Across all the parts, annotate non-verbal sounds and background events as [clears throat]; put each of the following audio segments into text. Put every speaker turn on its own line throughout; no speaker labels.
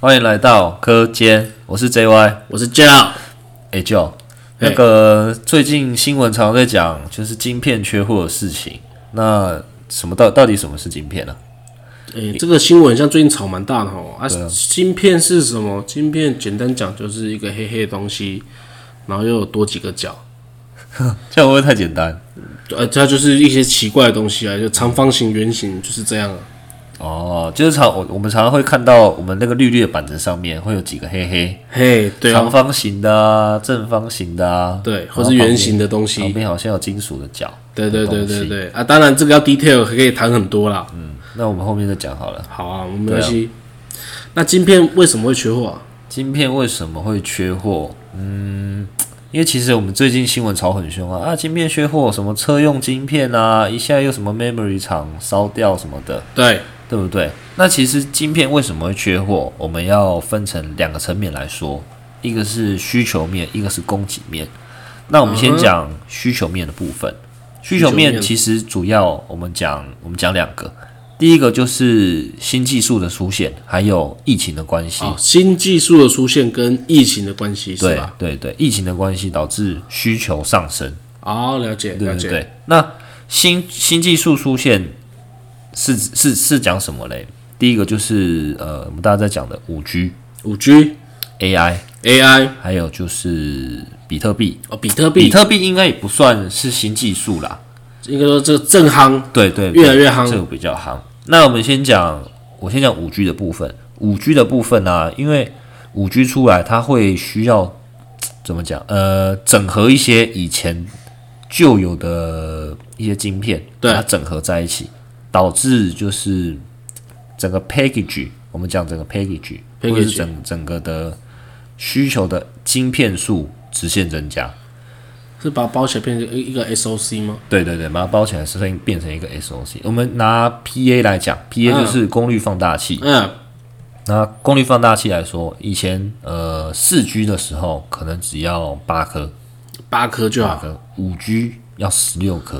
欢迎来到柯间，我是 JY。
我是 Joe，
哎、就
嘿
那个最近新闻常常在讲，就是晶片缺货的事情。那什么到到底什么是晶片呢、
诶、这个新闻像最近炒蛮大的哦。啊，芯片是什么？芯片简单讲就是一个黑黑的东西，然后又有多几个角，
这样会不会太简单？
呃，它就是一些奇怪的东西啊，就长方形、圆形就是这样啊。
哦，就是常我我们常常会看到我们那个绿绿的板子上面会有几个黑黑、
嘿，对
长
啊，
方形的啊，正方形的啊，
对，
然后
或是圆形的东
旁边，旁
西，
边好像有金属的角。
对对对
东
对
西
对啊。当然这个要 detail 可以谈很多啦。
嗯那我们后面再讲好了。
好啊，我们没关系。那晶片为什么会缺货、啊？
晶片为什么会缺货？嗯，因为其实我们最近新闻炒很凶啊，啊，晶片缺货，什么车用晶片啊，一下又什么 memory 厂烧掉什么的，
对，
对不对？那其实晶片为什么会缺货，我们要分成两个层面来说，一个是需求面，一个是供给面。那我们先讲需求面的部分。嗯需求
需求
面
面
其实主要我们讲，我们讲两个，第一个就是新技术的出现，还有疫情的关系。
哦，新技术的出现跟疫情的关系是
对
吧？
对对，疫情的关系导致需求上升，
哦，了解
对
了
对
解。
对。那新新技术出现是是是讲什么嘞？第一个就是呃，我们大家在讲的五 G、
五 G、
AI，
AI，
还有就是比特币。
哦，比特
比
币
特币应该也不算是新技术啦，
应该说这个正夯，
对对，
越来越
对
夯
这个比较夯。那我们先讲，我先讲五 G 的部分。五 G 的部分呢、啊因为五 G 出来，它会需要怎么讲？呃，整合一些以前旧有的一些晶片，
对
把它整合在一起，导致就是整个 package，我们讲整个 package，或者是
package
整整个的需求的晶片数直线增加。
是把它包起来变成一一个 SOC 吗？
对对对，把它包起来，是变变成一个 SOC。我们拿 PA 来讲，PA 就是功率放大器。
嗯，
那功率放大器来说，以前呃四 G 的时候可能只要八颗，
八颗就
八
好，
颗；五 G 要十六颗，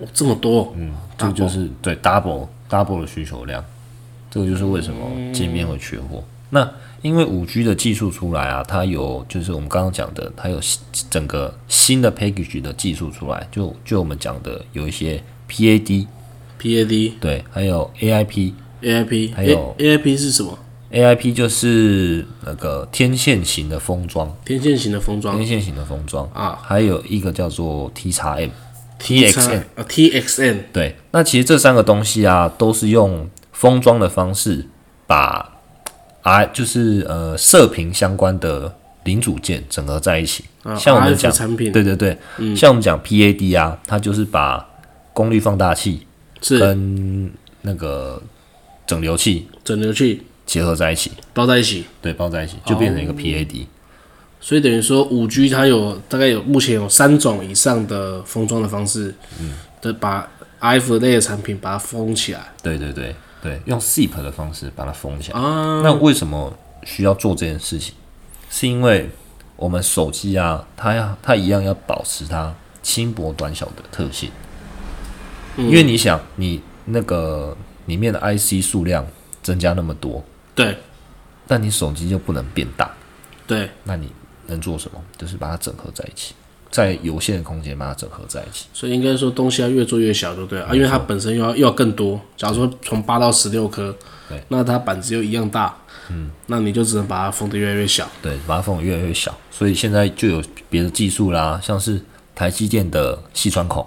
哦这么多，嗯，
这个就是对 double double 的需求量。这个就是为什么界面会缺货。那因为五 G 的技术出来啊，它有就是我们刚刚讲的，它有新整个新的 package 的技术出来，就就我们讲的有一些 PAD。
PAD、
对，还有 AIP。
AIP，
还有
A, AIP 是什么？
AIP 就是那个天线型的封装，
天线型的封装
天线型的封装
啊，
还有一个叫做 T x M。TXN
啊 TXN
对，那其实这三个东西啊，都是用封装的方式把啊，就是呃射频相关的零组件整合在一起。
啊
像我们讲
RF 产品嗯
对对对，像我们讲 PAD 啊，它就是把功率放大器
是
跟那个整流器
整流器
结合在一起。
包在一起，
对，包在一起就变成一个 PAD。
所以等于说五 G 它有大概有目前有三种以上的封装的方式，嗯，的把 RF 类的产品把它封起来
对对对对，用 SIP 的方式把它封起来。
啊，
那为什么需要做这件事情？是因为我们手机啊，它要它一样要保持它轻薄短小的特性。因为你想，你那个里面的 IC 数量增加那么多，
对
但你手机就不能变大，
对，
那你能做什么？就是把它整合在一起，在有限的空间把它整合在一起。
所以应该说东西要越做越小，就对了啊，因为它本身又要又要更多。假如说从八到十六颗
对，
那它板子又一样大，嗯，那你就只能把它封得越来越小。
对，把它缝得越来越小，所以现在就有别的技术啦，像是台积电的细穿孔、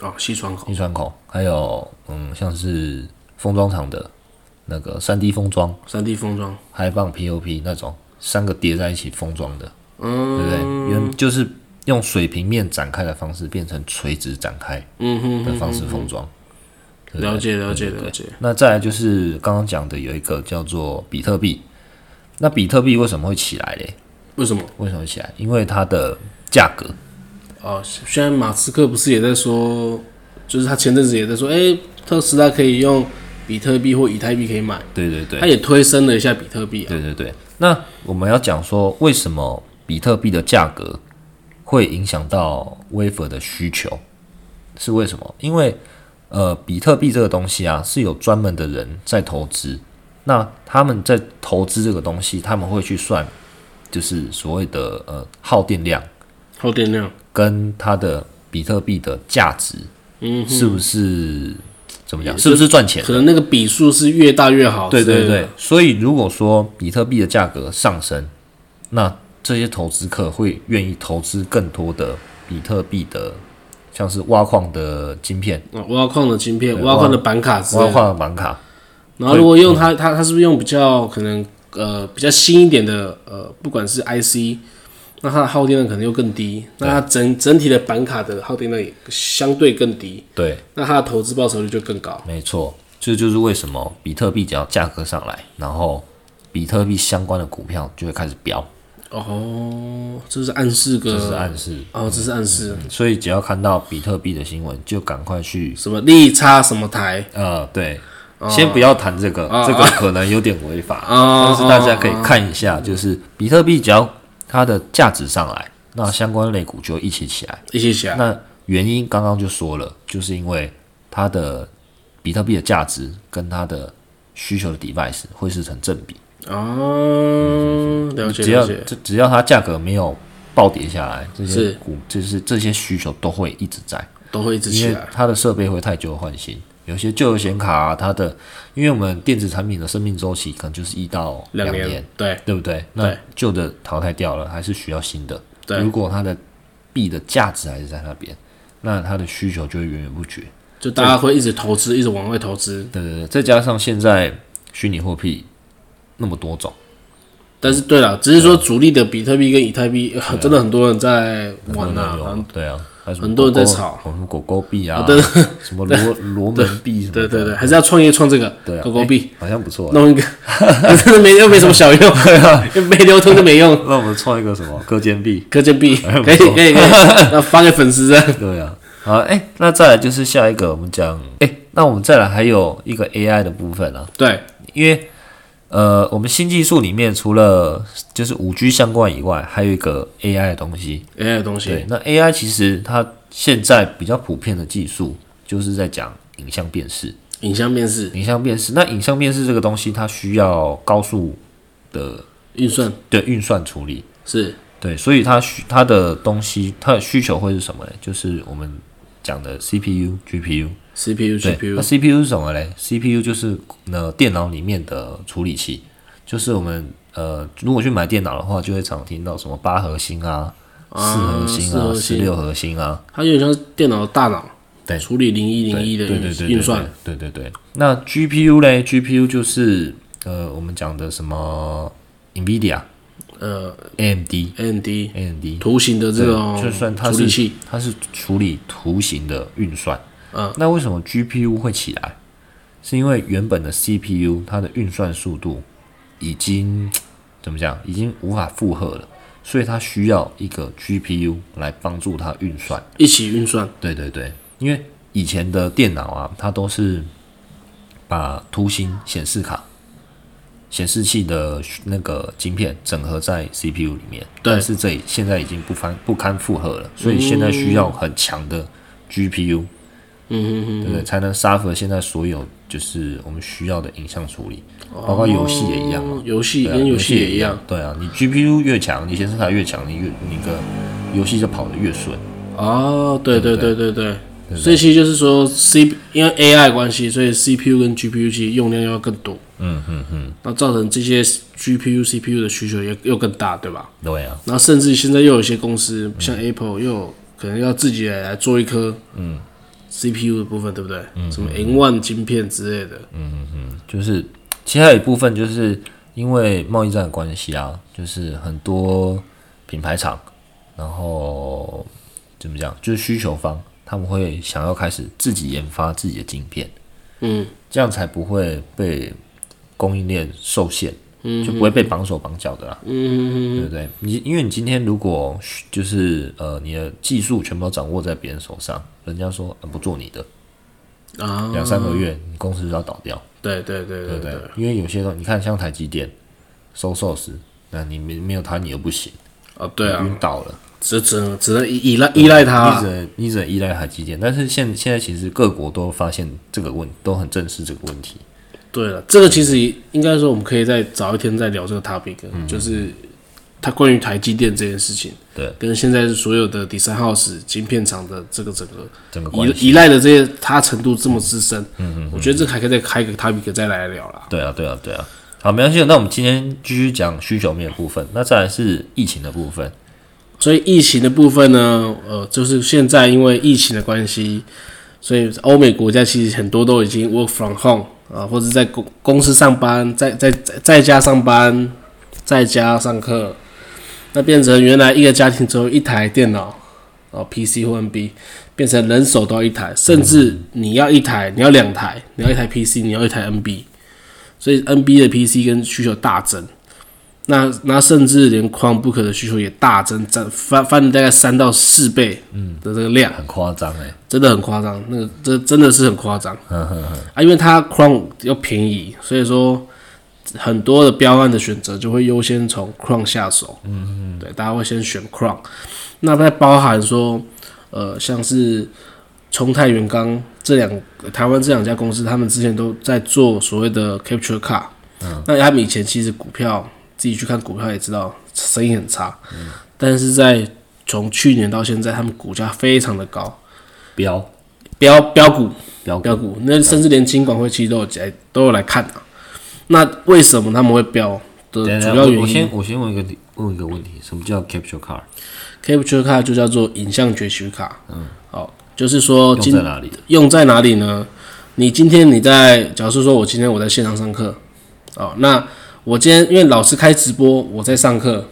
哦，西窗口
细穿孔，还有嗯，像是封装厂的那个三 D 封装、
三 D 封装，
嗨棒 POP 那种，三个叠在一起封装的，对不
嗯
对？原就是用水平面展开的方式变成垂直展开
嗯哼
的
哼，
方式封装。对
了解了解
对
了解，
那再来就是刚刚讲的有一个叫做比特币，那比特币为什么会起来嘞？
为什么？
为什么会起来？因为它的价格。
哦，虽然马斯克不是也在说，就是他前阵子也在说，哎、特斯拉可以用比特币或以太币可以买，
对对对
他，也推升了一下比特币、啊。
对对对，那我们要讲说，为什么比特币的价格会影响到 wafer 的需求？是为什么？因为呃，比特币这个东西啊，是有专门的人在投资，那他们在投资这个东西，他们会去算，就是所谓的呃耗电量
耗电量，
跟它的比特币的价值
嗯，
是不是怎么讲，是不是赚钱？
可能那个笔数是越大越好。
对对对，，所以如果说比特币的价格上升，那这些投资客会愿意投资更多的比特币的，像是挖矿的晶片、
啊挖矿的晶片、
对
挖矿的板卡之类
挖
的。
矿的板卡，
然后如果用
嗯
它，它它是不是用比较可能呃比较新一点的呃，不管是 IC，那它的耗电量可能又更低，那它整整体的板卡的耗电量也相对更低，
对，
那它的投资报酬率就更高。
没错，这就是为什么比特币只要价格上来，然后比特币相关的股票就会开始飙，
哦，这是暗示
这是
个
暗示。
哦，这是暗示、
所以只要看到比特币的新闻，就赶快去
什么利差什么台
呃，对，先不要谈这个，这个可能有点违法，
[laughs] 啊
但是大家可以看一下，就是比特币只要它的价值上来，那相关类股就一起起来。
一起啊起来，
那原因刚刚就说了，就是因为它的比特币的价值跟它的需求的 device 会是成正比。
哦，了解
只要
了解，
只只要它价格没有暴跌下来，这些
是
股就是这些需求都会一直在，
都会一直
因
起
为
来，
它的设备会太旧换新，有些旧的显卡、啊、它的，因为我们电子产品的生命周期可能就是一到
两
年，
年，对，
对不对？那
对
旧的淘汰掉了，还是需要新的。
对
如果它的币的价值还是在那边，那它的需求就会源源不绝。
就大家会一直投资，一直往外投资，
对对对，再加上现在虚拟货币那么多种。
但是对
啊
了，只是说主力的比特币跟以太币，呃 [laughs] 真的很多人在玩呐、啊，
对啊，还有什么
很多人
狗狗
在炒
什么狗狗币啊，
对
什么罗罗门币什么
对
的，
对对，还是要创业创这个
对啊，
狗狗币，
哎好像不错啊。
弄一个， [laughs] 真的没又没什么小用，
[laughs]
又没流通就没用，
那我们创一个什么课间币？
科技币
哎不
可以
错
可
[laughs]
以可以，那发给粉丝这样，
对啊，好，哎，那再来就是下一个，我们讲，哎，那我们再来还有一个 AI 的部分啊，
对，
因为呃，我们新技术里面除了就是五 G 相关以外，还有一个 AI 的东西。
AI 的东西，
对，那 AI 其实它现在比较普遍的技术就是在讲影像辨识。
影像面试
影像辨识，那影像辨识这个东西，它需要高速的
运算
的运算处理，
是
对，所以它需它的东西，它的需求会是什么呢？就是我们讲的 CPU、GPU，
CPU
对，那
GPU，
CPU 是什么嘞？CPU 就是呃电脑里面的处理器，就是我们呃如果去买电脑的话，就会常听到什么八核心啊、四核心
四
啊、
核
十
心
六核心啊，
它有点像是电脑的大脑，
对
处理零一零一的
对对对对
运算，，
对对对。那 GPU 嘞？GPU 就是呃我们讲的什么 NVIDIA、
呃
AMD、
，AMD
AMD，
图形的这种
就算它
处理
是
器，
它是处理图形的运算。
嗯，
那为什么 GPU 会起来？是因为原本的 CPU 它的运算速度已经怎么讲，已经无法负荷了，所以它需要一个 GPU 来帮助它运算。
一起运算，
对对对，因为以前的电脑啊，它都是把图形显示卡、显示器的那个晶片整合在 CPU 里面，
对
但是这里现在已经不堪不堪负荷了，所以现在需要很强的 GPU，、
嗯嗯嗯，
对不对？才能 suffer 现在所有就是我们需要的影像处理，包括游戏也一样嘛
哦，游戏
对啊
哦跟游戏也一样。。
对啊，你 GPU 越强，你显示卡越强，你越你个游戏就跑得越顺。
哦，对对对对对，所以其实就是说 C 因为 AI 的关系，所以 CPU 跟 GPU 其实用量要更多。
嗯嗯嗯，
那造成这些 GPU、CPU 的需求也又更大，对吧？
对啊。
然后甚至现在又有一些公司，像 Apple 又有可能要自己来来做一颗嗯 CPU 的部分，对不对？什么 N One 晶片之类的，
就是其实还有一部分就是因为贸易战的关系啊，就是很多品牌厂，然后怎么讲，就是需求方他们会想要开始自己研发自己的晶片，
嗯，
这样才不会被供应链受限，就不会被绑手绑脚的啦，
嗯，
对不对？你因为你今天如果就是呃你的技术全部都掌握在别人手上，人家说、呃、不做你的，
啊，
两三个月你公司就要倒掉。
对对对
对
对
不对？因为有些东西，你看像台积电收寿司，那你没没有它你又不行，
啊，对啊，
晕倒了，
只只能只能依依赖依赖它啊
你
啦
只，能你只能依赖台积电。但是现现在其实各国都发现这个问，都很正视这个问题。
对了，这个其实应该说我们可以再早一天再聊这个 topic，、就是它关于台积电这件事情，
对，
跟现在所有的 design house 晶片厂的这个整个
整个关系。
依依赖的这些它程度这么资深，嗯嗯，我觉得这个还可以再开一个 topic 再来聊啦。
对啊，对啊，对啊。好，没关系。那我们今天继续讲需求面的部分，那再来是疫情的部分。
所以疫情的部分呢，呃，就是现在因为疫情的关系，所以欧美国家其实很多都已经 work from home 啊、或者在公公司上班，在在在在家上班，在家上课，那变成原来一个家庭只有一台电脑，哦、PC 或 NB，变成人手都要一台，甚至你要一台，你要两台，你要一台 PC，你要一台 NB，所以 NB 的 PC 跟需求大增。那那甚至连 Chromebook 的需求也大增，增翻翻了大概三到四倍的这个量，
很夸张哎，
真的很夸张。那个这真的是很夸张啊，因为它 Chrome 要便宜，所以说很多的标案的选择就会优先从 Chrome 下手。嗯嗯，对，大家会先选 Chrome。那再包含说，呃，像是冲泰元刚这两台湾这两家公司，他们之前都在做所谓的 Capture Card。嗯，那他们以前其实股票自己去看股票也知道生意很差，但是在从去年到现在，他们股价非常的高，
标
标标股
标
标股，那甚至连金管会其实都有来都有来看啊。那为什么他们会标的
等一下
主要
我
原
我
因
先我先问一个问一个问题，什么叫 capture card？
，Capture 卡就叫做影像攫取卡。嗯，好，就是说
用
哦今
在哪里？
用在哪里呢？你今天你在，假设说我今天我在线上上课，哦，那我今天因为老师开直播，我在上课，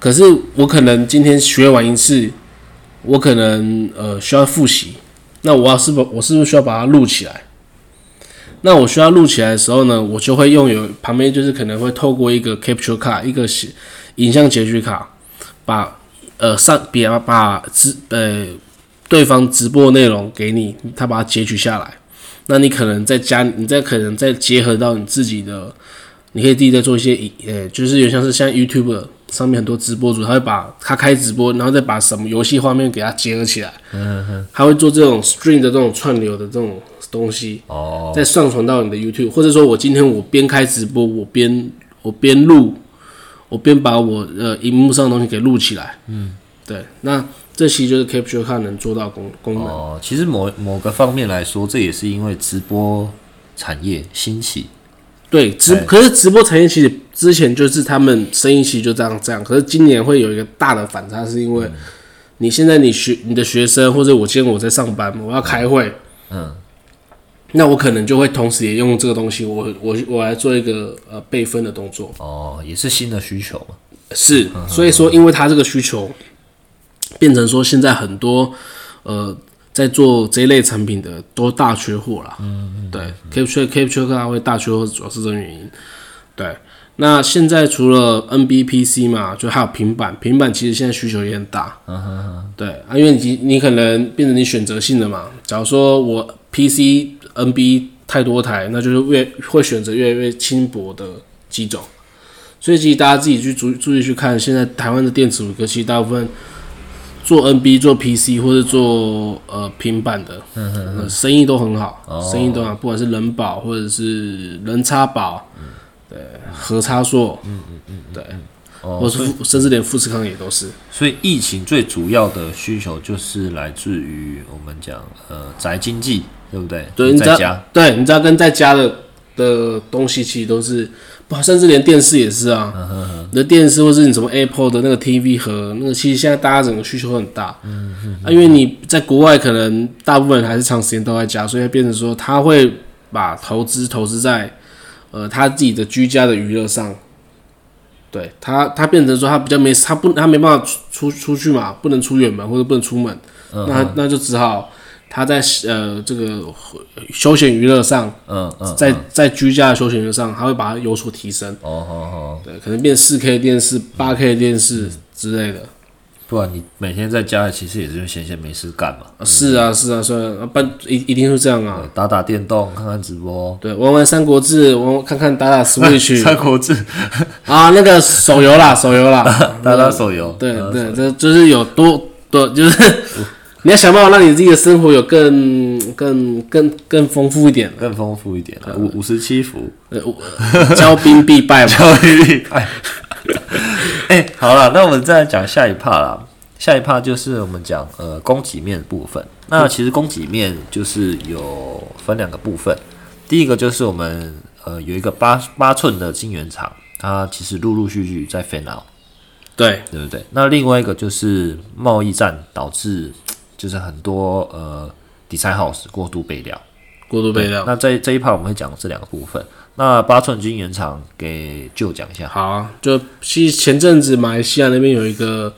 可是我可能今天学完一次，我可能呃需要复习，那我要是不我是不是需要把它录起来？那我需要录起来的时候呢，我就会用有旁边就是可能会透过一个 capture 卡，一个写影像截取卡，把呃上别把直呃对方直播内容给你，他把它截取下来，那你可能再加，你再可能再结合到你自己的，你可以自己再做一些影，呃，就是有像是像 YouTube 上面很多直播主，他会把他开直播，然后再把什么游戏画面给它结合起来，嗯他会做这种 string 的这种串流的这种东西，
哦，
再上传到你的 YouTube，或者说我今天我边开直播，我边我边录，我边把我呃荧幕上的东西给录起来，嗯，对，那这其实就是 Capture Card 能做到的功功能。
哦，其实某某个方面来说，这也是因为直播产业兴起。
对，直
对
可是直播产业其实之前就是他们生意其实就这样这样，可是今年会有一个大的反差，是因为你现在你学你的学生或者我今天我在上班，我要开会，
嗯，
那我可能就会同时也用这个东西，我我我来做一个呃备份的动作，
哦，也是新的需求嘛。
是，所以说因为他这个需求，变成说现在很多呃在做这一类产品的都大缺货啦。嗯对，capture capture 它会大缺货，主要是这个原因。对，那现在除了 NBPC 嘛，就还有平板，平板其实现在需求也很大。嗯对啊，因为你你可能变成你选择性的嘛，假如说我 PC NB 太多台，那就是越会选择越来越轻薄的机种。所以其实大家自己去注注意去看，现在台湾的电子五哥其实大部分做 NB、做 PC 或者做呃平板的，呃生意都很好，生意都很好，不管是人保或者是人差保，对，和差硕，嗯嗯嗯，对，或是富甚至连富士康也都是，
所以疫情最主要的需求就是来自于我们讲呃宅经济，对不对？
对，你知
在
道
家，
对，你知道跟在家的的东西其实都是，不，甚至连电视也是啊。
嗯
你的电视或是你什么 Apple 的那个 TV 盒，那个其实现在大家整个需求都很大。嗯啊，因为你在国外可能大部分人还是长时间都在家，所以变成说他会把投资投资在呃他自己的居家的娱乐上。对他，他变成说他比较没他不他没办法出出出去嘛，不能出远门或者不能出门，
嗯
那他那就只好他在呃这个休闲娱乐上，
嗯嗯，
在在居家的休闲娱乐上，他会把它有所提升，
哦哦哦，
对，可能变四 K 电视、八 K 电
嗯
视之类的。
不然你每天在家里其实也是闲闲没事干嘛，
啊是啊，是啊，是啊，啊不然一一定是这样啊。
打打电动，看看直播。
对，玩玩《三国志》，玩玩看看打
[laughs]
打 Switch
三国志，
啊，那个
[laughs]
手游啦，手游啦，嗯
打打手游，嗯
对对，这就是有多多就是。 [laughs] 你要想办法让你自己的生活有更更更更丰富一点。
更丰富一点啊，五五十七伏，
呃，
[laughs]
我骄兵必败嘛。
教育派。 [laughs] 哎、好了，那我们再讲下一趴啦。下一趴就是我们讲呃供给面的部分。那其实供给面就是有分两个部分，第一个就是我们呃有一个八八寸的晶圆厂，它其实陆陆续续在 fan out，
对，
对不对？那另外一个就是贸易战导致就是很多呃 design house 过度备料。
过度备料。
那这这一趴我们会讲这两个部分。那八寸晶圆厂给就讲一下。
好啊，就其实前阵子马来西亚那边有一个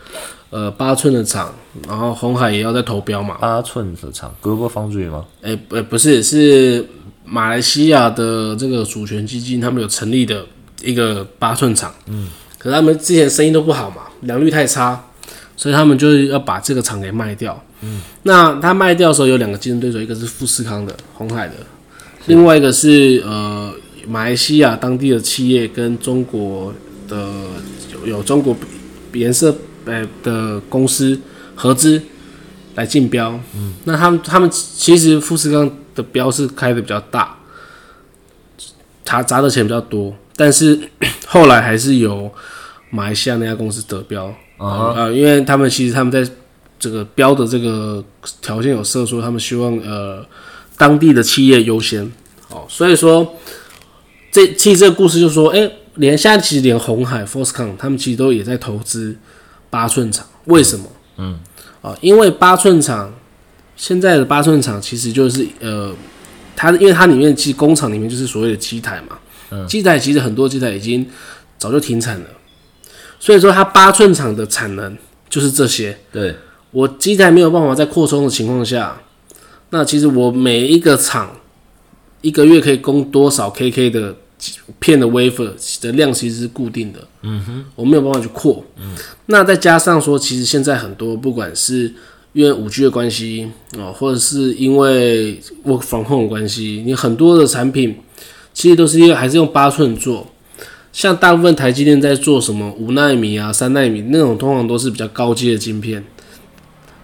呃八寸的厂，然后红海也要在投标嘛。
八寸的厂 Global Foundry 吗？
哎、呃，不是，是马来西亚的这个主权基金，他们有成立的一个八寸厂。嗯，可是他们之前生意都不好嘛，良率太差，所以他们就是要把这个厂给卖掉。嗯，那他卖掉的时候有两个竞争对手，一个是富士康的红海的，另外一个是呃马来西亚当地的企业跟中国的有有中国颜色呃的公司合资来竞标。嗯，那他们他们其实富士康的标是开的比较大，砸砸的钱比较多，但是 [clears throat] 后来还是由马来西亚那家公司得标。啊、呃，因为他们其实他们在这个标的这个条件有设说，他们希望呃当地的企业优先。哦，所以说这其实这个故事就说，哎、连现在其实连红海、Foxconn 他们其实都也在投资八寸厂，为什么？嗯，啊、因为八寸厂现在的八寸厂其实就是呃，它因为它里面其实工厂里面就是所谓的机台嘛，机台其实很多机台已经早就停产了，所以说它八寸厂的产能就是这些，
对，
我机台没有办法在扩充的情况下，那其实我每一个厂一个月可以供多少 KK 的片的 wafer 的量其实是固定的，嗯哼，我没有办法去扩，嗯，那再加上说，其实现在很多不管是因为五 G 的关系哦，或者是因为 work from home 的关系，你很多的产品其实都是因为还是用八寸做。像大部分台积电在做什么五纳米啊、三纳米那种，通常都是比较高阶的晶片，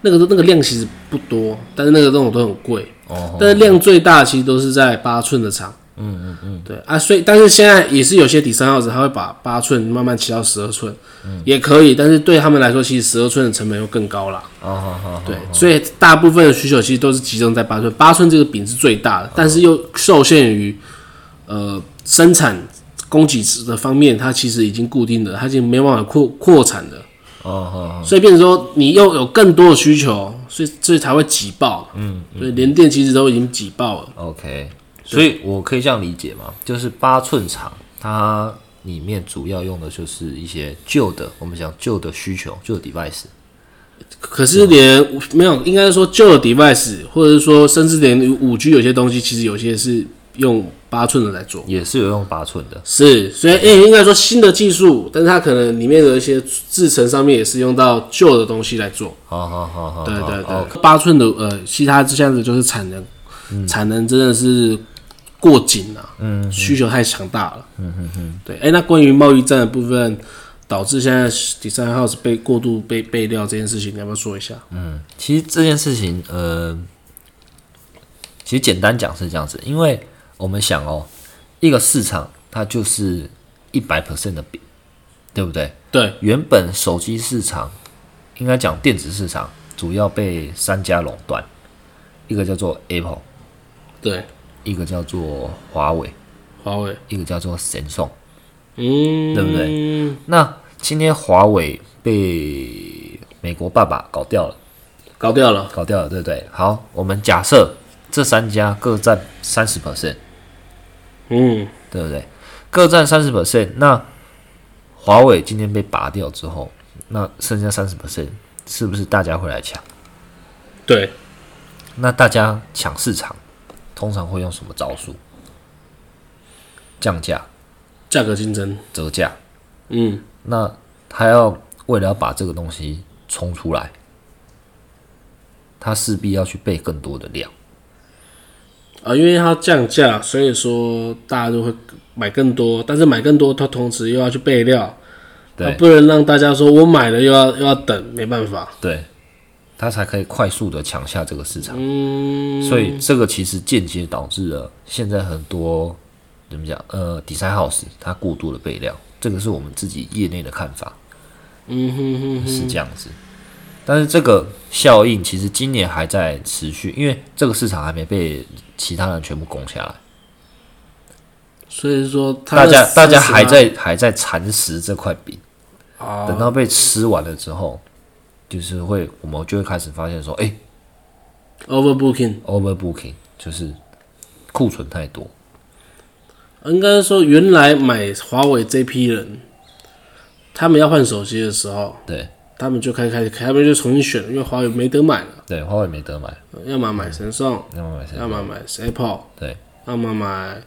那个都那个量其实不多，但是那个那种都很贵。
哦，
但是量最大其实都是在八寸的厂。嗯嗯嗯，对啊，所以但是现在也是有些底三号子，他会把八寸慢慢切到十二寸，也可以，但是对他们来说，其实十二寸的成本又更高啦。
哦，好好，
对，所以大部分的需求其实都是集中在八寸，八寸这个饼是最大的，但是又受限于呃生产供给的方面，它其实已经固定的，它已经没办法扩扩产了。
哦，好好，
所以变成说你又有更多的需求，所以所以才会挤爆。嗯，所以联电其实都已经挤爆了。
OK，所以我可以这样理解吗？就是八寸厂它里面主要用的就是一些旧的，我们讲旧的需求，旧的 device。
可是连没有，应该说旧的 device，或者是说甚至连五 G 有些东西，其实有些是用八寸的来做。
也是有用八寸的，
是，所以诶、应该说新的技术，但是它可能里面的一些制成上面也是用到旧的东西来做。
好好好好，
对
好
对
哦
对，八寸的呃，其他这样子就是产能，产能真的是过紧了、嗯，需求太强大了，嗯嗯嗯，对，哎、那关于贸易战的部分，导致现在第三 house 被过度被备料这件事情，你要不要说一下？
其实这件事情，呃，其实简单讲是这样子，因为我们想哦，一个市场它就是一百 percent 的比，对不对？
对，
原本手机市场，应该讲电子市场，主要被三家垄断，一个叫做 Apple，
对，
一个叫做华为，
华为，
一个叫做 Samsung。
嗯，
对不
对？
那今天华为被美国爸爸搞掉了，
搞掉了，
搞掉了，对不对？好，我们假设这三家各占三十 percent，
嗯，
对不对？各占三十 percent，那华为今天被拔掉之后，那剩下三十 percent 是不是大家会来抢？
对，
那大家抢市场，通常会用什么招数？降价、
价格竞争，
折价。
嗯，
那他要为了要把这个东西冲出来，他势必要去备更多的量。
啊、因为它降价，所以说大家都会买更多，但是买更多，它同时又要去备料。
对
啊不能让大家说我买了又要又要等，没办法。
对，它才可以快速的抢下这个市场。
嗯，
所以这个其实间接导致了现在很多怎么讲呃，design house 它过度的备料，这个是我们自己业内的看法
嗯哼哼哼，
是这样子。但是这个效应其实今年还在持续，因为这个市场还没被其他人全部攻下来，
所以说
大
它的
家
40
大家还在还在蚕食这块饼，
啊，
等到被吃完了之后，就是会我们就会开始发现说，哎、
overbooking，
o v e r b o o k i n g 就是库存太多，
应该说原来买华为这批人，他们要换手机的时候，
对
他们就开开始，他们就重新选了，因为华为没得买了，
对，华为没得买，
要么买神送，
那么买谁？
要么买 Apple，
对
要么买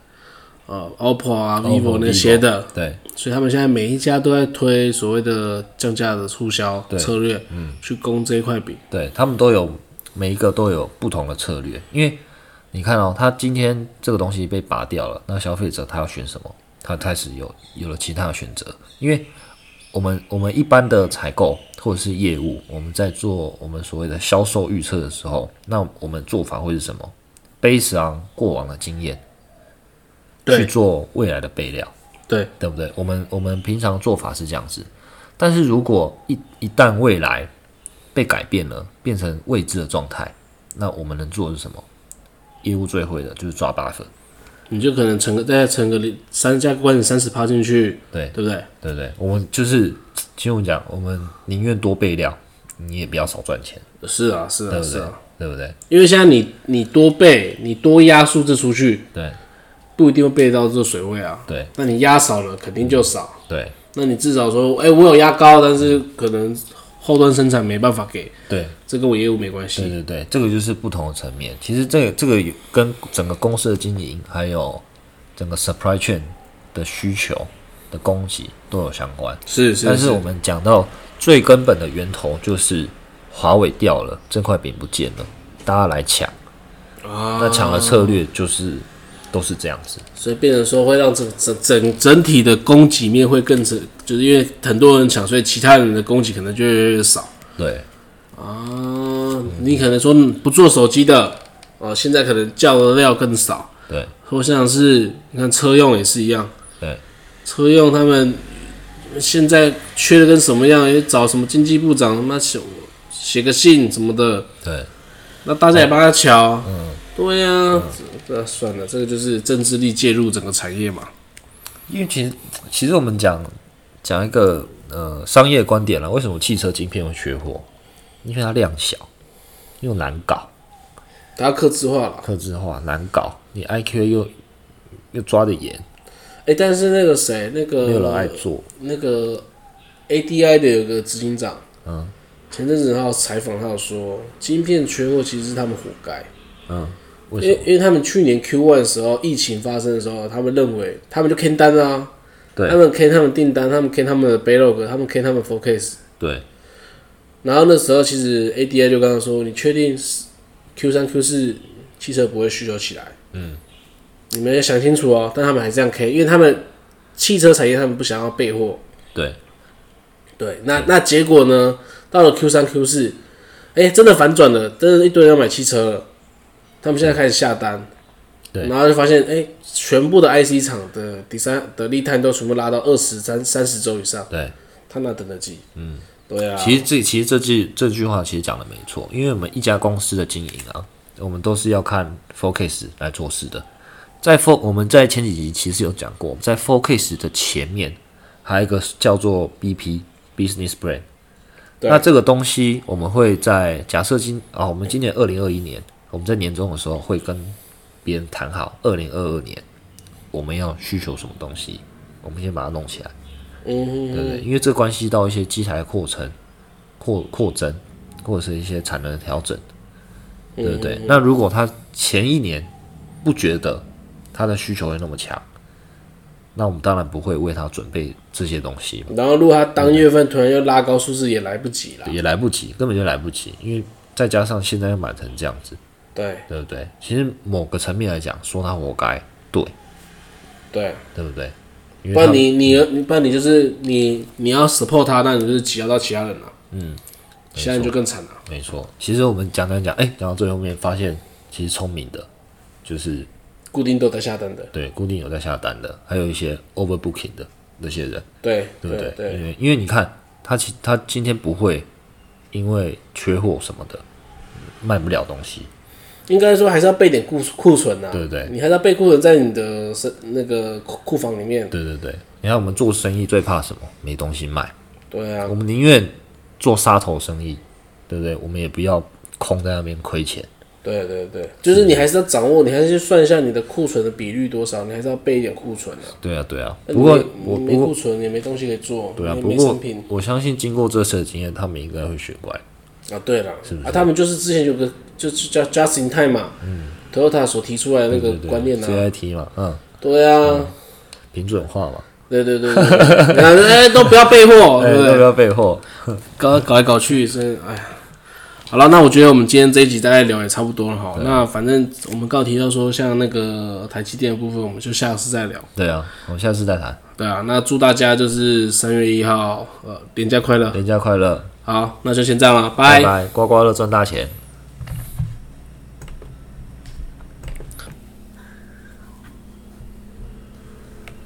呃 OPPO 啊、
OPPO
vivo 那些的，
对
所以他们现在每一家都在推所谓的降价的促销
对嗯
策略，去攻这一块饼。
对，他们都有每一个都有不同的策略，因为你看哦，他今天这个东西被拔掉了，那消费者他要选什么？他开始有有了其他的选择，因为我们我们一般的采购或者是业务，我们在做我们所谓的销售预测的时候，那我们做法会是什么？Based on 啊过往的经验去
对
做未来的备料。
对，
对不对？我们我们平常做法是这样子，但是如果一一旦未来被改变了，变成未知的状态，那我们能做的是什么？业务最会的就是抓 buffer，
你就可能乘个再乘个零三加关三十趴进去，
对
对不对？
对不对？我们就是，其实我们讲，我们宁愿多备料，你也不要少赚钱，
是啊，是
对
啊，
不
是
对？
啊，
对不对？
因为现在你你多备，你多压数字出去，
对
不一定会备到这个水位啊。
对
那你压少了，肯定就少。
对
那你至少说，哎、我有压高，但是可能后端生产没办法给，
对
这跟我业务没关系。
对对对，这个就是不同的层面。其实这个这个有跟整个公司的经营，还有整个 supply chain 的需求的供给都有相关。
是是
但是我们讲到最根本的源头就是华为掉了，这块饼不见了，大家来抢。
啊，
那抢的策略就是都是这样子。
所以变成说会让整整整整体的供给面会更成，就是因为很多人抢，所以其他人的供给可能就越来越少
对
啊。你可能说嗯不做手机的，哦、现在可能叫的料更少，
对
或像是你看车用也是一样，
对
车用他们现在缺的跟什么样？也找什么经济部长他妈写写个信什么的，
对
那大家也帮他瞧。嗯，对呀、那算了，这个就是政治力介入整个产业嘛。
因为其实其实我们讲讲一个呃商业观点了，为什么汽车晶片会缺货？因为它量小，又难搞，
大家克制化了。
克制化难搞，你 IQ 又又抓得严，
哎、但是那个谁，那
没有人爱
个
做。
那个 ADI 的有个执行长，
嗯，
前阵子他有采访，他有说，晶片缺货其实是他们活该，
嗯，为什
因为
么？
因为他们去年 Q one 的时候，疫情发生的时候，他们认为他们就坑单啊，
对
他们坑他们订单，他们坑他们的 backlog，他们坑他们 forecast，
对
然后那时候其实 ADI 就跟他说，你确定 Q 三 Q 四汽车不会需求起来？嗯，你们要想清楚哦，但他们还这样 K，因为他们汽车产业他们不想要备货。
对
对，那那结果呢？到了 Q 三 Q 四，哎，真的反转了，真的一堆人要买汽车了，他们现在开始下单，
对
然后就发现，哎，全部的 IC 厂的第三的利探都全部拉到二十三三十周以上，
对。
他哪等得及？嗯，对啊，
其实这其实这句这句话其实讲的没错，因为我们一家公司的经营啊，我们都是要看 focus 来做事的。在 f o 我们在前几集其实有讲过，在 focus 的前面还有一个叫做 BP business plan。
对
那这个东西我们会在假设今啊，我们今年二零二一年，我们在年终的时候会跟别人谈好，二零二二年我们要需求什么东西，我们先把它弄起来。
嗯哼
对不对？因为这关系到一些机台的扩程、扩扩增，或者是一些产能的调整，
嗯
对不对？那如果他前一年不觉得他的需求会那么强，那我们当然不会为他准备这些东西嘛，
然后如果他当月份突然又拉高数字，也来不及了。
也来不及，根本就来不及，因为再加上现在又满成这样子，
对
对不对？其实某个层面来讲，说他活该，对，
对，
对不对？因
不
为
然
他嗯
你你不然你就是你你要 support 他，那你就是挤压到其他人了。现在就更惨了。
没错，其实我们讲讲讲，哎、讲到最后面发现，其实聪明的，就是
固定都有在下单的，
对固定有在下单的，还有一些 overbooking 的那些人，
对
对不对？
对，
因为因为你看他其他今天不会因为缺货什么的嗯卖不了东西，
应该说还是要备点库库存呐、
对不对
你还是要备库存在你的身那个库库房里面。
对对对。你看我们做生意最怕什么？没东西卖，
对啊，
我们宁愿做杀头生意，对不对？我们也不要空在那边亏钱。
对对对，就是你还是要掌握，你还是去算一下你的库存的比率多少，你还是要备一点库存啊。
对啊，对啊。
那
不过
你没
我
你
不
没
过
库存也没东西可以做，
对啊，
也
不
没
过
商品
我相信经过这次的经验，他们应该会学乖。
啊。对了，啊，他们就是之前有个就是叫 just in time 嘛，嗯，Toyota 所提出来的那个
对对
观念啊，
，CIT 嘛，嗯，
对啊，
平准化嘛，
对对对对， [laughs] 对然后哎都不要备货，
哎
对不
要
对
不？要备货？
搞搞来搞去，真哎呀。好了，那我觉得我们今天这一集大概聊也差不多了哈。那反正我们刚刚提到说，像那个台积电的部分，我们就下次再聊。
对啊，我们下次再谈。
对啊，那祝大家就是三月一号，呃，年假快乐。
人家快乐，
好，那就先这样了，
拜拜，刮刮乐赚大钱。